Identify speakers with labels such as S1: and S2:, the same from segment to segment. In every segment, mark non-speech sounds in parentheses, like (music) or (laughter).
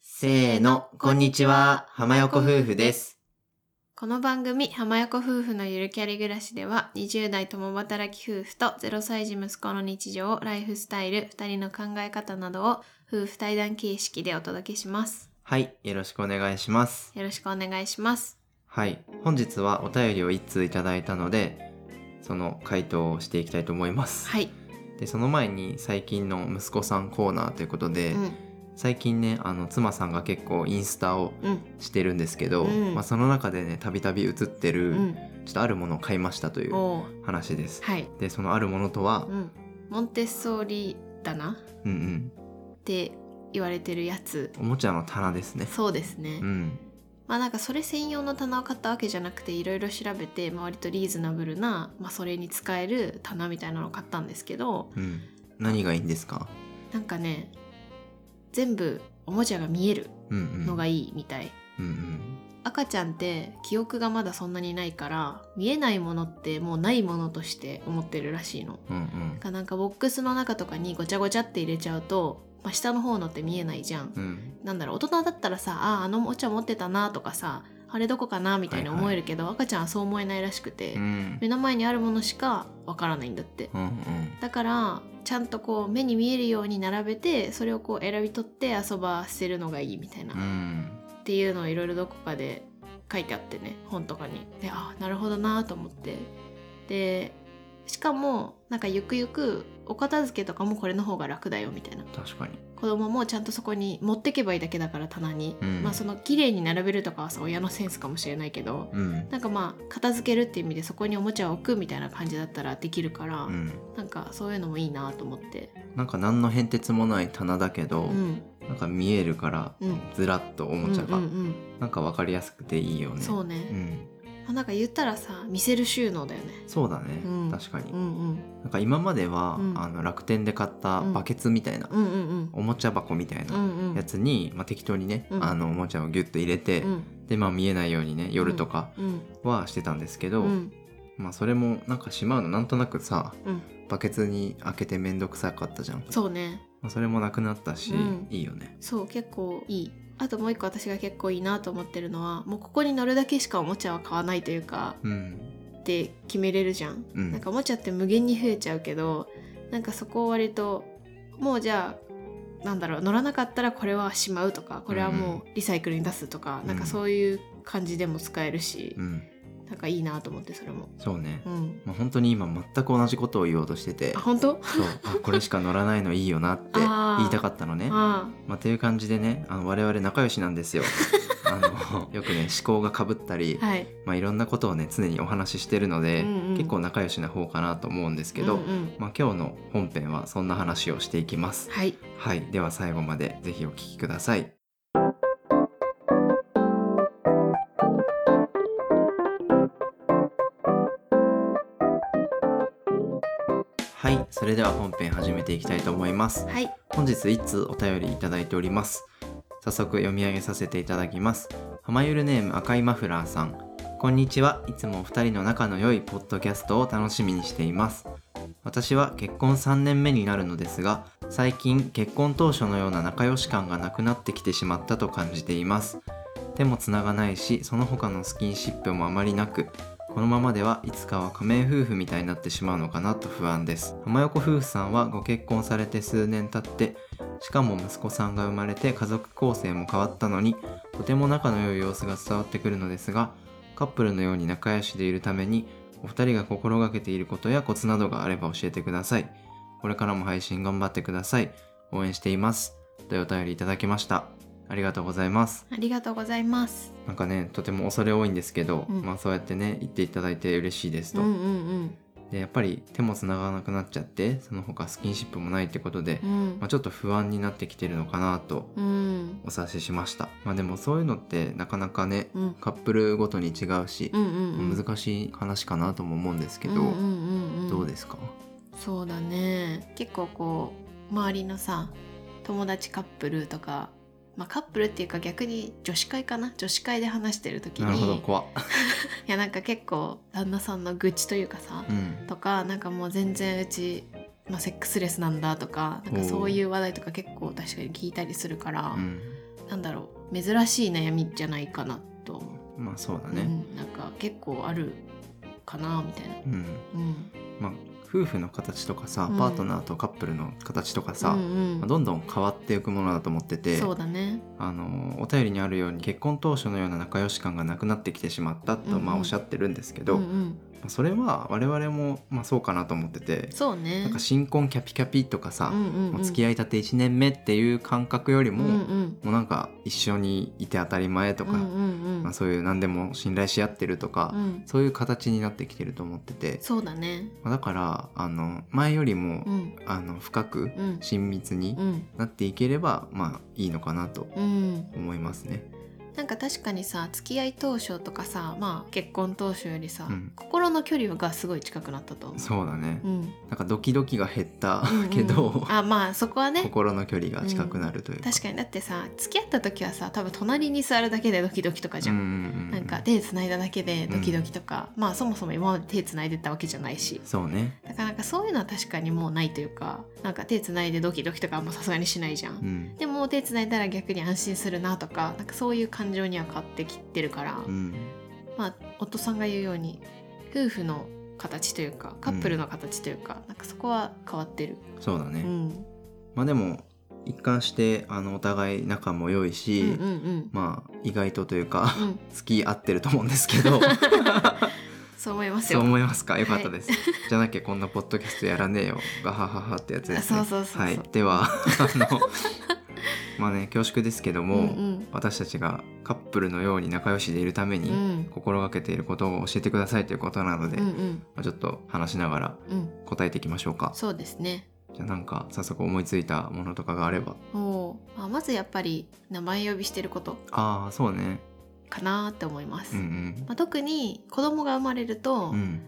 S1: せーの、こんにちは、浜横夫婦です。
S2: この番組、浜横夫婦のゆるキャリ暮らしでは、20代共働き夫婦と0歳児息子の日常、ライフスタイル、二人の考え方などを夫婦対談形式でお届けします。
S1: はい、よろしくお願いします。
S2: よろしくお願いします。
S1: はい、本日はお便りを1通いただいたので、その回答をしていきたいと思います。
S2: はい。
S1: で、その前に最近の息子さんコーナーということで、
S2: うん。
S1: 最近ね、あの、妻さんが結構インスタを
S2: うん。
S1: してるんですけど、
S2: うん
S1: まあ、その中でね、たびたび映ってる、
S2: うん。
S1: ちょっとあるものを買いましたという
S2: お
S1: 話です。
S2: はい。
S1: で、そのあるものとは
S2: う、ん。モンテッソーリだな
S1: うん
S2: って言われてるやつ。
S1: うん、おもちゃの棚ですね。
S2: そうですね。
S1: うん。
S2: まあなんかそれ専用の棚を買ったわけじゃなくていろいろ調べて、まあ、割とリーズナブルな、まあ、それに使える棚みたいなのを買ったんですけど
S1: うん。何がいいんですか
S2: なんかね全部おもちゃが見える
S1: うんうん。
S2: のがいいみたい、
S1: うんうん。
S2: 赤ちゃんって記憶がまだそんなにないから見えないものってもうないものとして思ってるらしいの
S1: うん
S2: だからなんかボックスの中とかにごちゃごちゃって入れちゃうと、まあ、下の方のって見えないじゃん、
S1: うん。うん。
S2: なんだろう大人だったらさあーあのおもちゃ持ってたなとかさあれどこかなみたいに思えるけど、赤ちゃんはそう思えないらしくて、
S1: うん。
S2: 目の前にあるものしかわからないんだって、
S1: うんうん。
S2: だからちゃんとこう目に見えるように並べてそれをこう選び取って遊ばせるのがいいみたいな、
S1: う
S2: っ
S1: ん。
S2: ていうのをいろいろどこかで書いてあってね本とかにであなるほどなと思ってでしかもなんかゆくゆくお片付けとかもこれの方が楽だよみたいな
S1: 確かに。
S2: 子供もちゃんとそこに持ってけばいいだけだから棚に、
S1: うん
S2: まあその綺麗に並べるとかはさ親のセンスかもしれないけど
S1: うん。
S2: なんかまあ片付けるっていう意味でそこにおもちゃを置くみたいな感じだったらできるから、
S1: うん。
S2: なんかそういうのもいいなと思って
S1: なんか何の変哲もない棚だけど、
S2: うん
S1: なんか見えるから、
S2: うん
S1: ずらっとおもちゃが、
S2: うんうん
S1: なんかわかりやすくていいよ
S2: うん
S1: ね。
S2: そうね、
S1: うん。
S2: まあなんか言ったらさ見せる収納だよね
S1: そうだね。
S2: うん
S1: 確かに、
S2: うんうん
S1: なんか今までは、
S2: うん
S1: あの楽天で買ったバケツみたいな、
S2: うんうんうん
S1: おもちゃ箱みたい
S2: うんう
S1: なんやつに、まあ、適当にね、
S2: うん
S1: あのおもちゃをギュッと入れて、
S2: うん
S1: でまあ見えないようにね夜とか
S2: うん
S1: はしてたんですけ
S2: う
S1: ど、
S2: ん
S1: まあそれもなんかしまうのなんとなくさ
S2: うん
S1: バケツに開けてめんどくさかったじゃん、
S2: そうね
S1: まあ、それもなくなったし、
S2: うん
S1: いいよね
S2: そう結構いいあともう一個私が結構いいなと思ってるのはもうここに乗るだけしかおもちゃは買わないというか
S1: うん
S2: って決めれるじゃん、
S1: うん
S2: なんかおもちゃって無限に増えちゃうけどなんかそこを割ともうじゃあなんだろう乗らなかったらこれはしまうとかこれはもうリサイクルに出すとか、
S1: ん
S2: なんかそういう感じでも使えるし
S1: う、ん
S2: なんかいいなと思ってそれも
S1: そうね、
S2: うん
S1: まあ、本当に今全く同じことを言おうとしてて
S2: あ本当
S1: そうあこれしか乗らないのいいよなって
S2: あー
S1: 言いたかったのね
S2: あ
S1: まあ、という感じでねあの我々仲良しなん
S2: (laughs)
S1: ですよあのよくね思考がかぶったり、
S2: あはい
S1: まあ、いろんなことをね常にお話ししてるので、
S2: うんうん
S1: 結構仲良しな方かなと思うんですけど、
S2: うんうん
S1: まあ、今日の本編はそんな話をしていきます
S2: はい
S1: はい、では最後までぜひお聞きください。はい、それでは本編始めていきたいと思います。
S2: はい
S1: 本日一通お便りいただいております。早速読み上げさせていただきます。浜ゆるネーム赤いマフラーさん。こんにちは。いつもお二人の仲の良いポッドキャストを楽しみにしています。私は結婚3年目になるのですが、最近結婚当初のような仲良し感がなくなってきてしまったと感じています。手もつながないし、その他のスキンシップもあまりなく、このままではいつかは仮面夫婦みたいになってしまうのかなと不安です。浜横夫婦さんはご結婚されて数年経って、しかも息子さんが生まれて家族構成も変わったのにとても仲の良い様子が伝わってくるのですがカップルのように仲良しでいるためにお二人が心がけていることやコツなどがあれば教えてくださいこれからも配信頑張ってください応援していますというお便りいただきましたありがとうございます
S2: ありがとうございます
S1: なんかねとても恐れ多いんですけど、
S2: うん
S1: まあそうやってね言っていただいて嬉しいです
S2: う
S1: と、
S2: んうん
S1: でやっぱり手もつながなくなっちゃってその他スキンシップもないってことで
S2: う、ん
S1: まあ、ちょっと不安になってきてるのかなと
S2: うんうん
S1: お察ししましたまあでもそういうのってなかなかね
S2: うん
S1: カップルごとに違うし
S2: う、んうんうん
S1: 難しい話かなとも思うんですけど、
S2: うんうんうんうん
S1: どうですか
S2: そうだね結構こう周りのさ友達カップルとか、まあ、カップルっていうか逆に女子会かな女子会で話してる時
S1: なるほ
S2: に
S1: ど
S2: い
S1: 怖っ、
S2: やなんか結構旦那さんの愚痴というかさ、
S1: うん、
S2: とかなんかもう全然うち、まあ、セックスレスなんだとかなんかそういう話題とか結構確かに聞いたりするから、
S1: うん
S2: なんだろう珍しい悩みじゃないかなと思
S1: まあそうだ
S2: う、
S1: ね
S2: うん、なんか結構あるかなみたいな、
S1: うん、
S2: うん、
S1: まあ夫婦の形とかさ、
S2: うん
S1: パートナーとカップルの形とかさ、
S2: うんうん
S1: まあどんどん変わっていくものだと思ってて
S2: そうだね
S1: あのお便りにあるように結婚当初のような仲良し感がなくなってきてしまったと、
S2: うんうん
S1: まあ、おっしゃってるんですけど、
S2: うん
S1: ま
S2: うん、
S1: あそれは我々も、まあ、そうかなと思ってて、
S2: そうね
S1: なんか新婚キャピキャピとかさ、
S2: うんうんう
S1: も
S2: ん、
S1: う付き合いたて1年目っていう感覚よりも、
S2: うん
S1: もうなんか一緒にいて当たり前と
S2: うん
S1: か、
S2: うんうんう
S1: ま
S2: ん
S1: あ、そういう何でも信頼し合ってるとか、
S2: うん
S1: そういう形になってきてると思ってて、
S2: そうだね
S1: まあだからあの前よりも、
S2: うん
S1: あの深く
S2: うん
S1: 親密に
S2: うん
S1: なっていければ、まあいいのかなと
S2: うん
S1: 思いますね。
S2: なんか確かにさ付き合い当初とかさまあ結婚当初よりさ、
S1: うん
S2: 心の距離がすごい近くなったと思う
S1: そうだね、
S2: うん、
S1: なんかドキドキが減った
S2: うんうん
S1: けど、
S2: あまあそこはね
S1: 心の距離が近くなるというか。
S2: 確かにだってさ付き合った時はさ多分隣に座るだけでドキドキとかじゃん、
S1: ん
S2: なんか手つないだだけでドキドキとか、まあそもそも今まで手つないでたわけじゃないし
S1: そうね。
S2: だからなんかそういうのは確かにもうないというかなんか手つないでドキドキとかはもうさすがにしないじゃん、
S1: うん。
S2: でも手つないだら逆に安心するなとかなんかそういう感情には変わってきてるから、
S1: うん。
S2: まあ夫さんが言うように夫婦の形というかカップルの形というか、なんかそこは変わってる、
S1: そうだね。
S2: うん、
S1: まあでも一貫してあのお互い仲も良いし、
S2: うんうんうん
S1: まあ意外とというか、 (laughs)
S2: うん
S1: 付き合ってると思うんですけ
S2: (laughs)
S1: ど
S2: そう思います
S1: そう
S2: よ
S1: 思いますかよかったです、じゃなきゃこんなポッドキャストやらねえよガハハハってやつですね
S2: あそうそうそうそう
S1: はい、ではあのまあね恐縮ですけども、
S2: うん
S1: 私たちがカップルのように仲良しでいるため
S2: うんう
S1: に
S2: ん
S1: 心がけていることを教えてくださいということなので、
S2: うんう
S1: ま
S2: ん
S1: あちょっと話しながら
S2: うん
S1: 答えていきましょうか
S2: そうですね
S1: じゃあなんか早速思いついたものとかがあれば
S2: もう、まあ、まずやっぱり名前呼びしてること
S1: ああそうね
S2: かなって思います、
S1: うんうん
S2: まあ、特に子供が生まれると、
S1: うん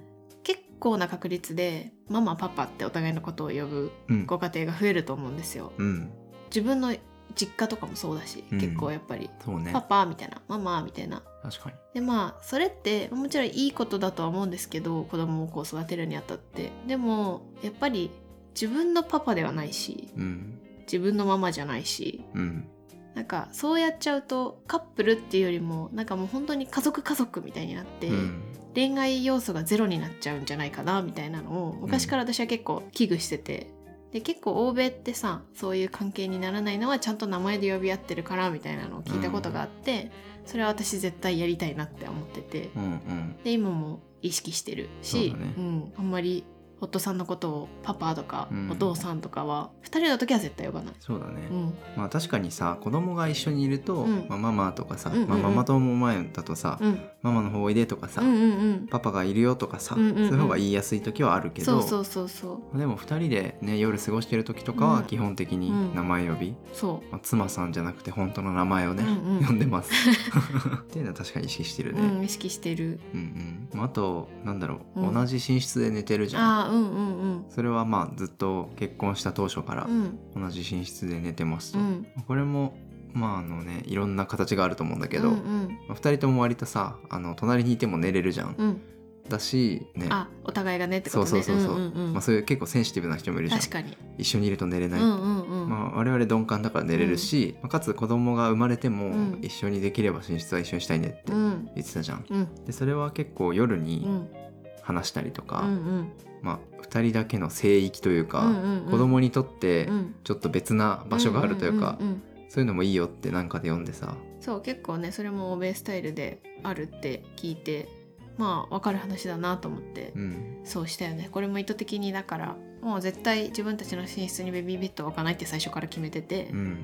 S2: 結構な確率でママパパってお互いのことを呼ぶ
S1: うん
S2: ご家庭が増えると思うんですよ
S1: うん
S2: 自分の実家とかもそうだし、
S1: うん
S2: 結構やっぱり
S1: そうね
S2: パパみたいなママみたいな
S1: 確かに
S2: でまあそれってもちろんいいことだとは思うんですけど子供をこう育てるにあたってでもやっぱり自分のパパではないし
S1: うん
S2: 自分のママじゃないし
S1: うん
S2: なんかそうやっちゃうとカップルっていうよりもなんかもう本当に家族家族みたいになって、
S1: うん
S2: 恋愛要素がゼロになっちゃうんじゃないかなみたいなのを昔から私は結構危惧してて。で結構欧米ってさそういう関係にならないのはちゃんと名前で呼び合ってるからみたいなのを聞いたことがあって、それは私絶対やりたいなって思ってて、
S1: うんうん
S2: で今も意識してるし
S1: そうだね
S2: ん、あんまり夫さんのことをパパとか、
S1: うん
S2: お父さんとかは2人の時は絶対呼ばない。
S1: そうだね、
S2: うん
S1: まあ確かにさ子供が一緒にいると、
S2: うん
S1: まあ、ママとかさ、
S2: うんうんうん
S1: まあ、ママ友前だとさ、
S2: うん、
S1: ママの方おいでとかさ、
S2: うんうんうん
S1: パパがいるよとかさ、
S2: うんうんうん
S1: そういう方が言いやすい時はあるけ
S2: そ
S1: ど
S2: うそうそうそう
S1: でも2人で、ね、夜過ごしてる時とかは
S2: うん
S1: 基本的に名前呼び、
S2: そ
S1: まあ、妻さんじゃなくて本当の名前をね、
S2: うんうん
S1: 呼んでます
S2: (laughs)
S1: っていうのは確かに意識してる
S2: う、
S1: ね、
S2: うん、意識してる
S1: うんうんまあ、あとなんだろう、
S2: うん
S1: 同じ寝室で寝てるじゃん
S2: ああうんうんうん
S1: それはまあずっと結婚した当初から
S2: うん
S1: 同じ寝室で寝てますと、
S2: うん
S1: これもまああのねいろんな形があると思うんだけど、
S2: うん
S1: 2人とも割とさあの隣にいても寝れるじゃん、
S2: うんうん
S1: だしね
S2: あお互いがねってことね
S1: そうそうそうそうん
S2: んん
S1: まあ、そういう結構センシティブな人もいるじゃん
S2: 確かに
S1: 一緒にいると寝れ
S2: う
S1: ない、
S2: んうんうん、
S1: まあ、我々鈍感だから寝れるし、まあかつ子供が生まれても、
S2: うん
S1: 一緒にできれば寝室は一緒にしたいねって
S2: うん
S1: 言ってたじゃん、
S2: うん
S1: でそれは結構夜
S2: う
S1: に
S2: ん
S1: 話したりとか、
S2: うんうん
S1: まあ、2人だけの聖域というか、
S2: うんうんうん
S1: 子供にとって
S2: うん
S1: ちょっと別な場所があるというか、
S2: んんん
S1: そういうのもいいよってなんかで読んでさ、
S2: うんそう結構ねそれも欧米スタイルであるって聞いてまあ分かる話だなと思って、
S1: うん、
S2: そうしたよねこれも意図的にだからもう絶対自分たちの寝室にベビーベッドは置かないって最初から決めてて、
S1: うん、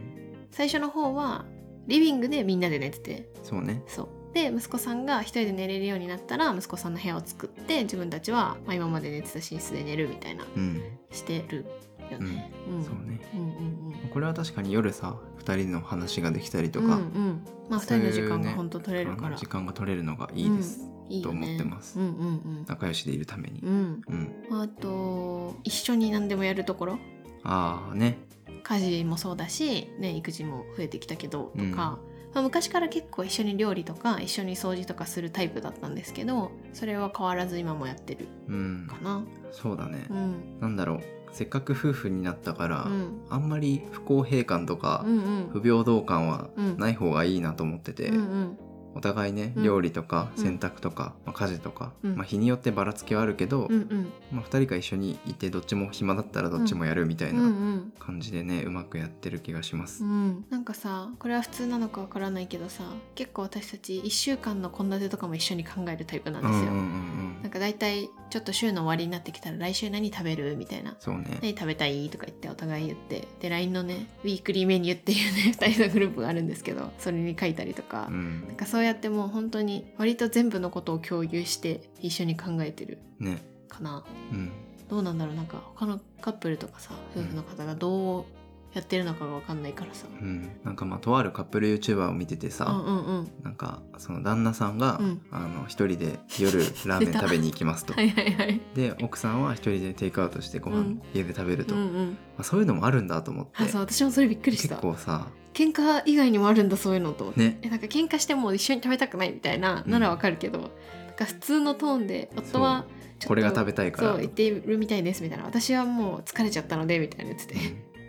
S2: 最初の方はリビングでみんなで寝てて
S1: そうね、
S2: そうで息子さんが一人で寝れるようになったら息子さんの部屋を作って自分たちは、まあ、今まで寝てた寝室で寝るみたいな
S1: うん、
S2: してるよね。うん
S1: そうね。
S2: うんうんうん
S1: これは確かに夜さ2人の話ができたりと
S2: うん
S1: か、
S2: うんまあ、2
S1: そ
S2: 人
S1: ういう
S2: の
S1: ね
S2: 時間が本当取れるか
S1: あ
S2: ら
S1: の時間が取れるのがいいです、
S2: いいよね
S1: と思ってます
S2: うんうん
S1: 仲良しでいるために
S2: う、ん、
S1: うん、
S2: うん、あと一緒に何でもやるところ
S1: ああね
S2: 家事もそうだし、ね、育児も増えてきたけどとか、まあ、昔から結構一緒に料理とか一緒に掃除とかするタイプだったんですけどそれは変わらず今もやってる
S1: うん
S2: かな
S1: そうだね
S2: う、ん
S1: なんだろうせっかく夫婦になったから、
S2: うん
S1: あんまり不公平感とか
S2: うんうん
S1: 不平等感は
S2: うん
S1: ない方がいいなと思ってて、
S2: うんうん
S1: お互いね
S2: うん
S1: 料理とか
S2: うん
S1: 洗濯とか、まあ、家事とか、
S2: うん
S1: まあ、日によってばらつきはあるけど、
S2: うんうん
S1: まあ、2人が一緒にいてどっちも暇だったらどっちもやるみたい
S2: うんう
S1: なん感じでねうまくやってる気がします
S2: う。ん、なんかさこれは普通なのかわからないけどさ結構私たち1週間の献立とかも一緒に考えるタイプなん
S1: う
S2: で
S1: んうん
S2: す
S1: うん
S2: よ、
S1: う
S2: なんんか大体ちょっと週の終わりになってきたら来週何食べるみたいな
S1: そうね
S2: 何食べたいとか言ってお互い言ってで LINE のねウィークリーメニューっていうね (laughs) 2人のグループがあるんですけどそれに書いたりとか、
S1: うん
S2: なんかそうやってもう本当に割と全部のことを共有して一緒に考えてる
S1: ね
S2: かな
S1: うん
S2: どうなんだろうなんか他のカップルとかさ夫婦の方がどうやってるのかが分かんないからさ、
S1: うん、なんかまあとあるカップル YouTuber を見ててさ、
S2: うんうんうん
S1: なんかその旦那さんが、
S2: うん
S1: あの一人で夜
S2: (laughs)
S1: ラーメン食べに行きますと
S2: は。いはいはい
S1: で奥さんは一人でテイクアウトしてご
S2: う
S1: 飯
S2: ん
S1: 家で食べると、
S2: うんう
S1: ま
S2: ん
S1: あ、そういうのもあるんだと思って
S2: あそう私もそれびっくりし
S1: 結
S2: た
S1: 構さ
S2: 喧嘩以外にもあるんだそういうのと思って、
S1: ね
S2: えなんか喧嘩しても一緒に食べたくないみたいな
S1: うん
S2: ならわかるけど、なんか普通のトーンで夫はちょっと
S1: これが食べたいから
S2: そう言っているみたいですみたいな私はもう疲れちゃったのでみたいな言ってて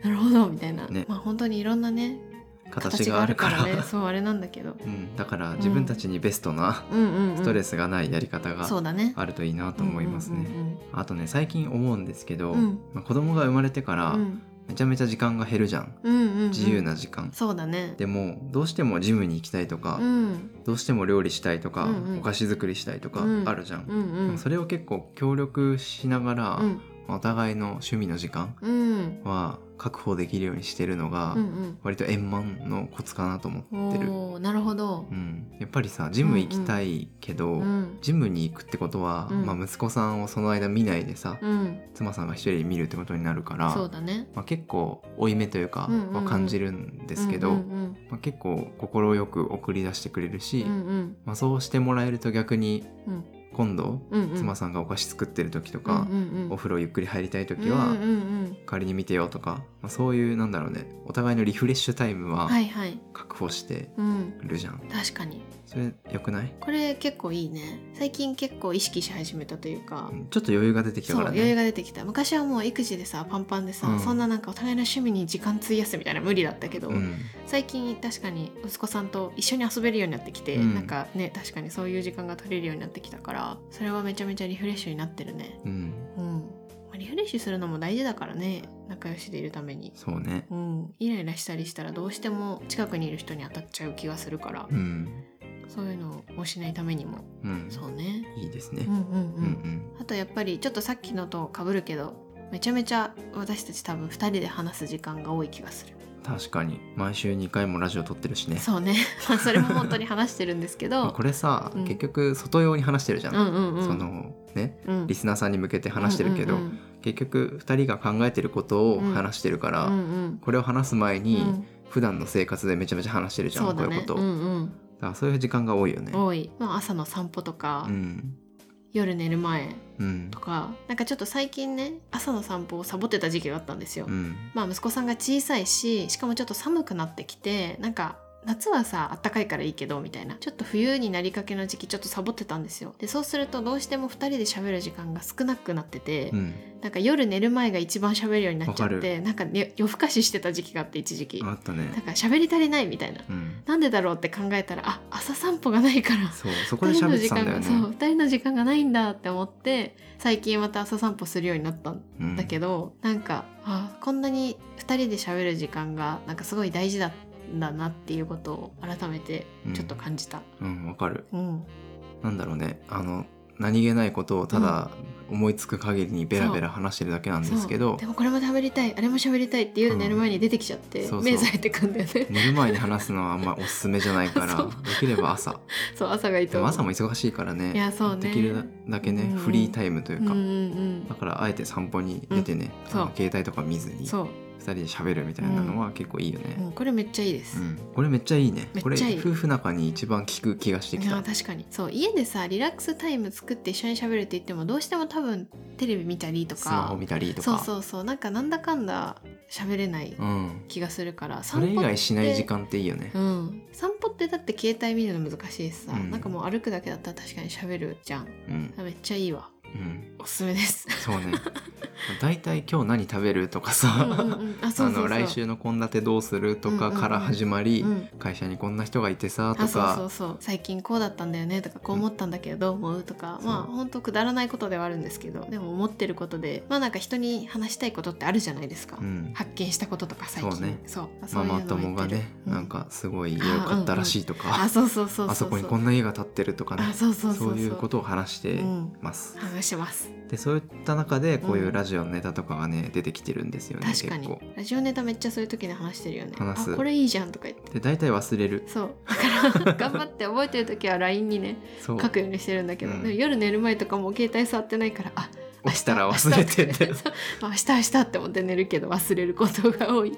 S1: う
S2: なるほどみたいな、
S1: ね
S2: まあ本当にいろんなね
S1: ん形があるから
S2: 形
S1: (laughs)
S2: があねそうあれなんだけど
S1: うん、だから自分たちにベストな
S2: うんうん、うん、
S1: ストレスがないやり方が
S2: そうだね
S1: あるといいなと思いますね。あとね最近思うんですけど、
S2: うんうん
S1: まあ、子供が生まれてか
S2: うん
S1: ら
S2: うん
S1: めちゃめちゃ時間が減るじゃん、
S2: うんうんうん
S1: 自由な時間。
S2: そうだね
S1: でもどうしてもジムに行きたいとか、
S2: うん
S1: どうしても料理したいとか、
S2: うんうん
S1: お菓子作りしたいとか
S2: うん
S1: あるじゃん。
S2: うん
S1: で
S2: う
S1: も
S2: ん
S1: それを結構協力しながら、
S2: うん
S1: お互いの趣味の時間
S2: うん
S1: は確保できるようにしてるのが、
S2: うん
S1: 割と円満のコツかなと思
S2: う
S1: ってる。
S2: んおーなるほど
S1: う、ん、やっぱりさジム行きたいけど、
S2: うん
S1: ジムに行くってことは、
S2: うん
S1: まあ、息子さんをその間見ないでさ、
S2: うん、
S1: 妻さんが一人で見るってことになるから、
S2: そうだね
S1: まあ、結構負い目というか
S2: うんうんう
S1: は
S2: ん
S1: 感じるんですけど、
S2: うんうん
S1: まあ、結構快く送り出してくれるし、
S2: うんうん
S1: まあ、そうしてもらえると逆に
S2: うん
S1: 今度、
S2: うんうん
S1: 妻さんがお菓子作ってる時とか、
S2: うんうんうん
S1: お風呂ゆっくり入りたい時は、
S2: うんうん
S1: 仮に見てよとか、まあ、そういうなんだろうねお互いのリフレッシュタイム
S2: うん、
S1: は
S2: はいはい、
S1: 確保して
S2: うん、
S1: るじゃん、
S2: 確かに
S1: それ良くない
S2: これ結構いいね最近結構意識し始めたというか、
S1: うんちょっと余裕が出てきた
S2: そう
S1: から
S2: 余
S1: ね
S2: 裕が出てきた昔はもう育児でさパンパンでさ、
S1: うん
S2: そんななんかお互いの趣味に時間費やすみたいな無理だったけど、
S1: うん
S2: 最近確かに息子さんと一緒に遊べるようになってきて、
S1: うん
S2: なんかね確かにそういう時間が取れるようになってきたからそれはめちゃめちゃリフレッシュになってるね
S1: うん、
S2: うんまあリフレッシュするのも大事だからね仲良しでいるために
S1: そうね
S2: うん、イライラしたりしたらどうしても近くにいる人に当たっちゃう気がするから、
S1: うん、
S2: そういうのをしないためにも
S1: うん、
S2: そうね
S1: いいですね
S2: うん、うんう
S1: うん
S2: ん
S1: うん
S2: あとやっぱりちょっとさっきのと被るけどめちゃめちゃ私たち多分2人で話す時間が多い気がする
S1: 確かに毎週2回もラジオ撮ってるしね
S2: そうね (laughs) まあそれも本当に話してるんですけ
S1: まあ
S2: ど
S1: これさ、
S2: うん
S1: 結局外用に話してるじゃん、
S2: うんうんうん
S1: そのね
S2: うん
S1: リスナーさんに向けて話してるけど、
S2: うん
S1: 結局2人が考えてることを話してるから、
S2: うんうん
S1: これを話す前
S2: うん
S1: に、普段の生活でめちゃめちゃ話してるじゃん
S2: そうだ
S1: こういう
S2: ね
S1: こと、
S2: う
S1: だ
S2: んうん
S1: からそういう時間が多いよね。
S2: 多い、まあ、朝の散歩とか、
S1: うん
S2: 夜寝る前
S1: うん
S2: とかなんかちょっと最近ね朝の散歩をサボってた時期があったんですよ、
S1: うん
S2: まあ息子さんが小さいししかもちょっと寒くなってきてなんか夏はさあったかいからいいけどみたいなちょっと冬になりかけの時期ちょっとサボってたんですよでそうするとどうしても2人で喋る時間が少なくなってて、
S1: うん
S2: なんか夜寝る前が一番喋るようになっちゃっ
S1: わか
S2: てなんか、ね、夜更かししてた時期があって一時期
S1: あ
S2: なん
S1: ったね。
S2: か喋り足りないみたいな
S1: うん、
S2: なんでだろうって考えたらあ朝散歩がないから
S1: そうそこで
S2: 2人
S1: 喋
S2: の
S1: って
S2: 時
S1: たん
S2: 間
S1: だよ
S2: が
S1: ね
S2: そう。2人の時間がないんだって思って最近また朝散歩するようになったん
S1: うん
S2: だけど、なんかあこんなに2人で喋る時間がなんかすごい大事だんだなっていうことを改めてちょっと感じた。
S1: うんわかる。
S2: うん、
S1: なんだろうねあの何気ないことをただ思いつく限りにベラベラ話してるだけなんですけ
S2: そ
S1: ど
S2: うでもこれも喋りたいあれも喋りたいって夜寝る前に出てきちゃって、
S1: うんそうそう
S2: 目覚めてくんだよね
S1: 寝る前に話すのはあんまおすすめじゃないから
S2: (laughs) そう
S1: できれば朝
S2: そう朝がいい
S1: で
S2: と
S1: も
S2: 思う
S1: 朝も忙しいからね
S2: いやそうね
S1: できるだけね、
S2: うん
S1: フリータイムというか、
S2: うんうん
S1: だからあえて散歩に出てね、
S2: うん
S1: あの
S2: そう
S1: 携帯とか見ず
S2: うん
S1: に
S2: そう
S1: 2人で喋るみたいなのは結構いいよね、
S2: うんこれめっちゃいいで
S1: う
S2: す、
S1: んこれめっちゃいいね
S2: め
S1: これ
S2: っちゃいい
S1: 夫婦仲に一番効く気がして
S2: い
S1: き
S2: や
S1: た
S2: 確かにそう家でさリラックスタイム作って一緒に喋るって言ってもどうしても多分テレビ見たりとか
S1: スマホ見たりとか
S2: そうそうそうなんかなんだかんだ喋れない
S1: うん、
S2: 気がするから、
S1: それ以外しない時間っていいよね、
S2: うん、散歩ってだって携帯見るの難しいしさ、
S1: うん
S2: なんかもう歩くだけだったら確かに喋るじゃん
S1: うん
S2: あめっちゃいいわ
S1: うん、
S2: おすす
S1: (laughs)
S2: めです
S1: そうねだいたい今日何食べるとか
S2: うんう
S1: さ
S2: んうんあそうそうそう
S1: あの来週の献立どうするとかから始まり、
S2: うん
S1: 会社にこんな人がいてさと
S2: あそう
S1: か
S2: そうそう最近こうだったんだよねとかこう思ったんだけどどう思うとか、
S1: そう
S2: まあ本当くだらないことではあるんですけどでも思ってることでまあなんか人に話したいことってあるじゃないですか、
S1: うん
S2: 発見したこととか最近
S1: そうね
S2: そうあそう
S1: マ
S2: いうのを
S1: マ友が
S2: 言って
S1: ね、
S2: るう
S1: なんかすごい良かったらしいとか、
S2: あそうそうそうそう
S1: あそこにこんな家が建ってるとかね
S2: あそうそうそう
S1: そういうこととを話して
S2: うん
S1: ます、
S2: 話してます
S1: でそういった中でこういううんラジオのネタとかがね出てきてるんですよね
S2: 確か
S1: 結
S2: に
S1: 構
S2: ラジオネタめっちゃそういう時に話してるよね
S1: 話す
S2: あこれいいじゃんとか言って
S1: で大体忘れる
S2: そう
S1: (laughs)
S2: だから頑張って覚えてる時は LINE にね
S1: そう
S2: 書くようにしてるんだけど、
S1: うん
S2: でも夜寝る前とかもう携帯触ってないからあ
S1: 起きた
S2: (laughs)
S1: ら忘れてて
S2: 明日そう明日明日って思って寝るけど忘れることが多い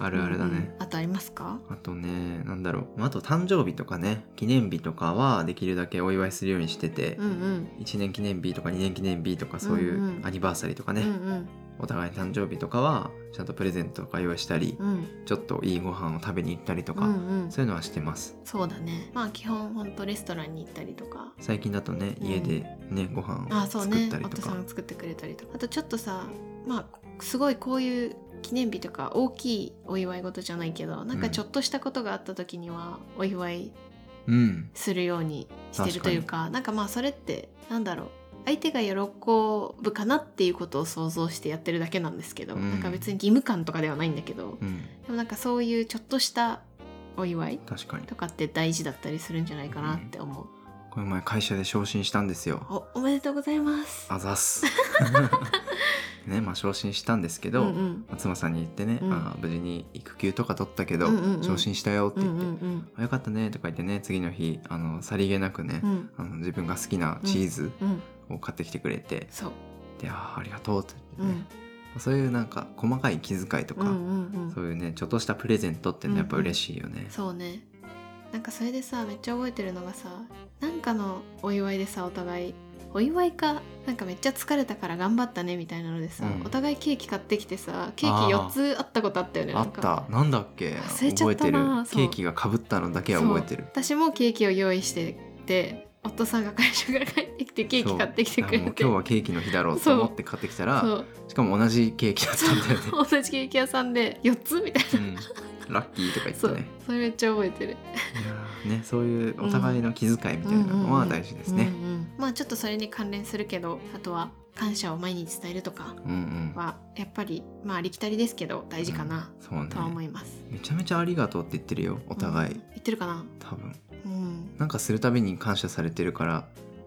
S1: あ (laughs)
S2: あ
S1: るあるだね、
S2: あとありますか
S1: あとねなんだろうあと誕生日とかね記念日とかはできるだけお祝いするようにしてて、
S2: うんうん
S1: 1年記念日とか2年記念日とかそうい
S2: ん
S1: う
S2: う
S1: うんアニバーサリーとか
S2: う
S1: ね、
S2: んうん
S1: お互い誕生日とかはちゃんとプレゼントとか用意したり、
S2: うん
S1: ちょっといいご飯を食べに行ったりと
S2: う
S1: か、
S2: んうん
S1: そういうのはしてます
S2: そうだねまあ基本ほんとレストランに行ったりとか
S1: 最近だとね
S2: うん
S1: 家でね、ご飯
S2: あ
S1: を
S2: そう
S1: 作
S2: ね
S1: ったりと
S2: 夫
S1: か
S2: さんが作ってくれたりとかあとちょっとさまあすごいこういう記念日とか大きいお祝い事じゃないけどなんかちょっとしたことがあった時にはお祝い
S1: うん
S2: するようにしてるというかなんかまあそれってなんだろう相手が喜ぶかなっていうことを想像してやってるだけなんですけど、
S1: うん
S2: なんか別に義務感とかではないんだけど
S1: うん
S2: でもなんかそういうちょっとしたお祝い
S1: 確かに
S2: とかって大事だったりするんじゃないかなって思う、
S1: この前会社で昇進したんですよ
S2: おおめでとうございます
S1: あざっ
S2: (laughs)
S1: すねまあ昇進したんですけ
S2: う
S1: ど、
S2: んうん
S1: まあ妻さんに言ってね、
S2: うん
S1: あー無事に育休とか取ったけど、
S2: うんうんうん
S1: 昇進したよって
S2: うんう
S1: 言って、
S2: ん
S1: あよかったねとか言ってね次の日あのさりげなくね、
S2: うん
S1: あの自分が好きなチーズ
S2: うん
S1: を買ってきてくれて、
S2: そう
S1: であーありがとうって
S2: う
S1: 言ってね
S2: ん、
S1: そういうなんか細かい気遣いと
S2: う
S1: か、
S2: んうんうん
S1: そういうねちょっとしたプレゼントってねやっぱ
S2: うんうん
S1: 嬉しいよね、
S2: そうねなんかそれでさめっちゃ覚えてるのがさなんかのお祝いでさお互いお祝いかなんかめっちゃ疲れたから頑張ったねみたいなのでさ、
S1: うん
S2: お互いケーキ買ってきてさケー
S1: あ
S2: キ
S1: ー
S2: 4つあったことあったよね
S1: あ
S2: な
S1: っ
S2: んか
S1: たなんだっけ
S2: 忘れちゃ
S1: 覚
S2: っ
S1: えて
S2: た
S1: るケ
S2: なそう
S1: ーキがかぶったのだけは覚えてる
S2: 私もケーキを用意してて夫さんが会社から帰ってきてケーキ買ってきてくれ
S1: そうあも
S2: て
S1: う今日はケーキの日だろうと思って買ってきた
S2: そ
S1: ら
S2: う
S1: しかも同じケーキだったんだよね
S2: そう同じケーキ屋さんで4つみたいな、
S1: うん、ラッキーとか言って
S2: そう
S1: ね
S2: それめっちゃ覚えてる
S1: いやーねそういうお互いの気遣いみたいなのは大事ですね
S2: うんうんうんまあちょっとそれに関連するけどあとは感謝を毎日伝えるとか
S1: うんうん
S2: はやっぱりまあありきたりですけど大事かな
S1: そうね
S2: とは思います。
S1: めちゃめちゃありがとうって言ってるよお互い、
S2: うん言ってるかな。
S1: 多分
S2: うん。
S1: なんかするたびに感謝されてるから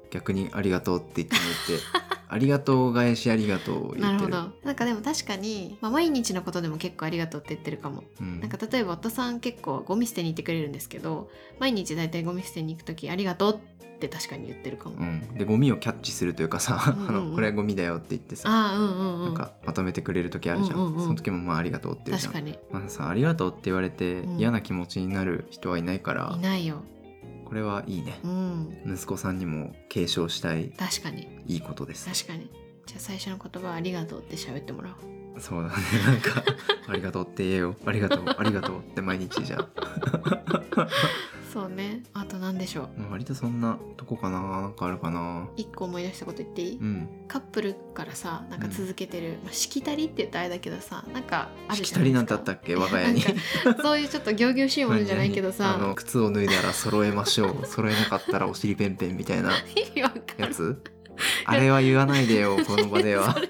S1: 逆にありがとうって言ってみて
S2: (laughs)
S1: ありがとう返しありがとうを言
S2: な
S1: っ
S2: る
S1: て
S2: ほ
S1: る
S2: ど。なんかでも確かに、まあ、毎日のことでも結構ありがとうって言ってるかも。
S1: うん
S2: なんか例えば夫さん結構ゴミ捨てに行ってくれるんですけど、毎日だいたいゴミ捨てに行くときありがとうって確かに言ってるかも。
S1: うん、でゴミをキャッチするというかさ、
S2: うんう
S1: (laughs)
S2: ん
S1: あのこれはゴミだよって言ってさ、
S2: ああうんうんう
S1: なん
S2: ん。
S1: かまとめてくれる時あるじゃん,、
S2: うんうんうん
S1: その時もまあありがとうって言うじゃ
S2: 確
S1: ん
S2: かに
S1: まあさありがとうって言われて
S2: うん
S1: 嫌な気持ちになる人はいないから、
S2: いないよ。
S1: これはいいね
S2: う、ん。
S1: 息子さんにも継承したい
S2: 確かに
S1: いいことです
S2: 確かに。じゃあ最初の言葉はありがとうって喋ってもらおう。
S1: そうだねなんか (laughs) ありがとうって言えよありがとうありがとうって毎日じゃん、
S2: そうね。あと何でしょう。
S1: まあ、割とそんなとこかななんかあるかな
S2: 一個思い出したこと言っていい？
S1: うん
S2: カップルからさなんか続けてる、まあ、しきたりって言ったらあれだけどさなんかある
S1: し
S2: じ
S1: き
S2: ゃ
S1: た
S2: ない
S1: り
S2: で
S1: な
S2: す
S1: んて
S2: か
S1: あったっけ我が家に
S2: なんかそういうちょっと仰々しいものじゃないけど
S1: (laughs) あの
S2: さ
S1: 靴を脱いだら揃えましょう揃えなかったらお尻ペンペンみたいな
S2: 意味わか
S1: や
S2: る (laughs)
S1: つあれは言わないでよこの場では
S2: それ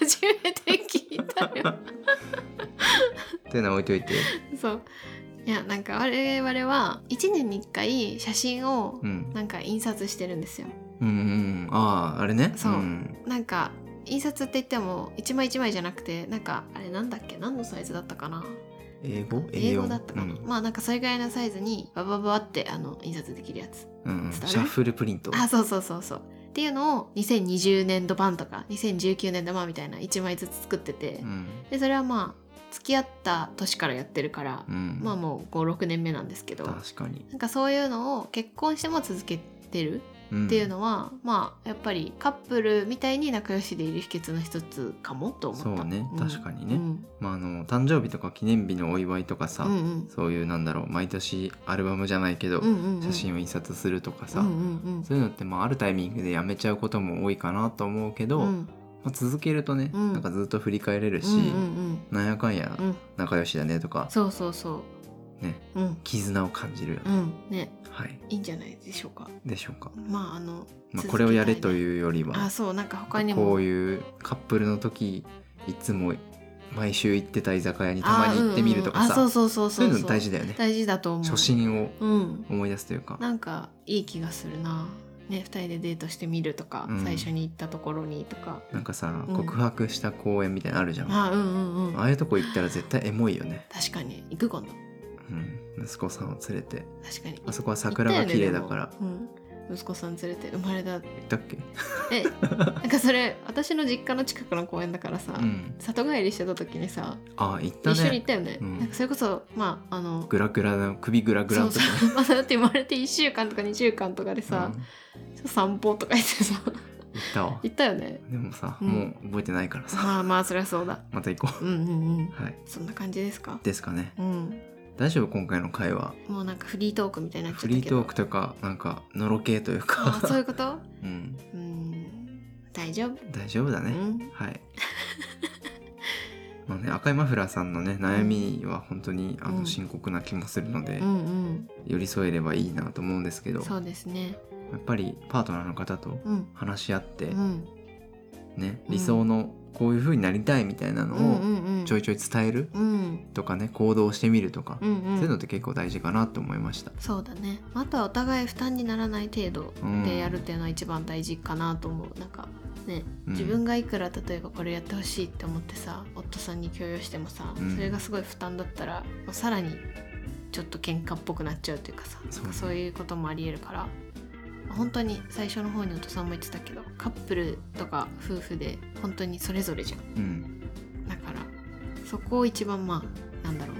S2: 初めて聞いたよ (laughs)
S1: っていうのは置いといて
S2: そういやなんか我々は1年に1回写真を
S1: うん
S2: なんか印刷してるんですよ
S1: うんうんうんあああれね
S2: そうんなんか印刷って言っても一枚一枚じゃなくてなんかあれなんだっけ何のサイズだったかな
S1: 英語
S2: 英語だったかな、
S1: うん
S2: まあなんかそれぐらいのサイズにバババってあの印刷できるやつ
S1: うんうん
S2: 伝わる
S1: シャッフルプリント
S2: あそうそうそうそうっていうのを2020年度版とか2019年度版みたいな1枚ずつ作ってて、
S1: うん
S2: でそれはまあ付き合った年からやってるから、
S1: うん、
S2: まあもう56年目なんですけど
S1: 確かに、
S2: なんかそういうのを結婚しても続けてる
S1: うん
S2: っていうのは、まあやっぱりカップルみたいに仲良しでいる秘訣の一つかもと思った
S1: そうね
S2: ん
S1: 確かにね
S2: うん
S1: まあ、あの誕生日とか記念日のお祝いとかさ、
S2: うんうん
S1: そういうなんだろう毎年アルバムじゃないけど、
S2: うんうんうん
S1: 写真を印刷するとかさ、
S2: うんうんうん
S1: そういうのってまああるタイミングでやめちゃうことも多いかなと思うけど、
S2: うん
S1: まあ、続けるとね、
S2: うん
S1: なんかずっと振り返れるし、
S2: うんうん
S1: なんやかんや
S2: うんうん
S1: 仲良しだねとか、
S2: そうそうそ
S1: ね
S2: ううん
S1: 絆を感じるよ
S2: う
S1: ね、
S2: んね
S1: はい
S2: いいんじゃないでしょうか
S1: でしょうか、
S2: まああの、
S1: まあ、これをやれと
S2: う
S1: いうよりは
S2: あそうなんか他にも
S1: こういうカップルの時いつも毎週行ってた居酒屋にたまに行ってみるとかさ、
S2: あーうんうんうんあそうそうそう
S1: そ
S2: そうう
S1: いうの大事だよね
S2: 大事だと思う
S1: 初心を
S2: うん
S1: 思い出すというか
S2: なんかいい気がするなね二人でデートしてみるとか、
S1: うん
S2: 最初に行ったところにとか
S1: なんかさ
S2: うん
S1: 告白した公園みたいなのあるじゃん、あ
S2: あうんうんうん
S1: あいうとこ行ったら絶対エモいよね、
S2: 確かに行く今度
S1: うん、息子さんを連れて
S2: 確かに
S1: あそこは桜が綺麗だから
S2: 行ったよねでもうん、息子さん連れて生まれた
S1: 行ったっけ、 (laughs)
S2: えなんかそれ私の実家の近くの公園だからさ、
S1: うん、
S2: 里帰りしてた時にさ
S1: あ行った
S2: 一緒に行
S1: ね
S2: ったよね、
S1: うん
S2: なんかそれこそまああの
S1: グラグラの首グラグラ
S2: そ
S1: の
S2: う
S1: と
S2: そ
S1: かね
S2: う (laughs) まだだって生まれて1週間とか2週間とかでさ、
S1: うん行
S2: ちょっと散歩とか言ってさ (laughs)
S1: ったわ
S2: 行ったよね
S1: でもさ、
S2: うん
S1: もう覚えてないからさ
S2: まあまあそりゃそうだ
S1: また行こ
S2: うんうんうん
S1: うはい
S2: そんな感じですか
S1: ですかね
S2: うん
S1: 大丈夫今回の会話
S2: もうなんかフリートークみたいになっちゃ
S1: フ
S2: ったけど
S1: リートークとかなんかのろけという
S2: あ
S1: か
S2: ーそういうこと
S1: うん、
S2: うん大丈夫、
S1: 大丈夫だ
S2: う
S1: ね、
S2: ん
S1: はいまあね赤いマフラーさんのね悩みは本当にあ
S2: う
S1: の
S2: ん
S1: 深刻な気もするので、
S2: うん
S1: 寄り添えればいいなと思うんですけ
S2: う
S1: ど
S2: ん
S1: や
S2: そうですね
S1: っぱりパートナーの方と
S2: うん
S1: 話し合って、
S2: うん
S1: ね
S2: うん
S1: 理想のこういう風になりたいみたいな
S2: うんう
S1: のを
S2: んうん
S1: ちょいちょい伝える
S2: うん
S1: とかね行動してみるとか、
S2: うんうん
S1: そういうのって結構大事かなと思いました。
S2: そうだねあとはお互い負担にならない程度
S1: うん
S2: でやるっていうのは一番大事かなと思うなんかね
S1: うん
S2: 自分がいくら例えばこれやってほしいって思ってさ夫さんに強要してもさ、
S1: うん
S2: それがすごい負担だったらもうさらにちょっと喧嘩っぽくなっちゃうというかさ
S1: そう
S2: なんかそういうこともありえるから本当に最初の方に夫さんも言ってたけどカップルとか夫婦で本当にそれぞれじゃ
S1: う
S2: ん
S1: ん、
S2: だからそこを一番まあなんだろう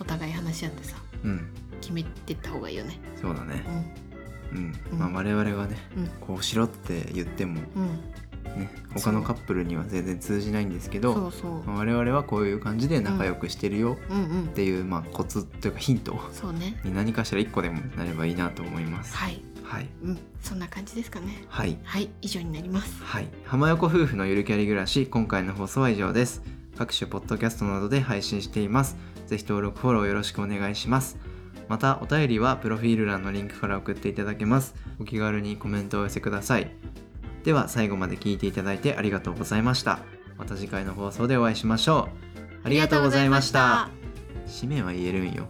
S2: お互い話し合ってさ
S1: うん、
S2: 決めてった方がいいよね
S1: そうだね。うん、
S2: うん
S1: まあ我々はね、
S2: うん
S1: こうしろって言っても
S2: うん、うん、
S1: ね他のカップルには全然通じないんですけど、
S2: そうそう
S1: まあ我々はこういう感じで仲良くしてるよ
S2: うんうん
S1: っていう、まあコツというかヒント
S2: そうね
S1: に何かしら一個でもなればいいなと思います。
S2: はい
S1: はい
S2: うんそんな感じですかね
S1: はい
S2: はい以上になります
S1: はい、浜横夫婦のゆるキャリ暮らし今回の放送は以上です各種ポッドキャストなどで配信していますぜひ登録フォローよろしくお願いしますまたお便りはプロフィール欄のリンクから送っていただけますお気軽にコメントをお寄せくださいでは最後まで聞いていただいてありがとうございましたまた次回の放送でお会いしましょうあ
S2: あ
S1: りがとうございました締めは言えるんよ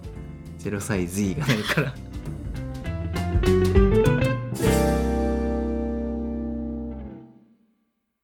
S1: 0歳 Z がないから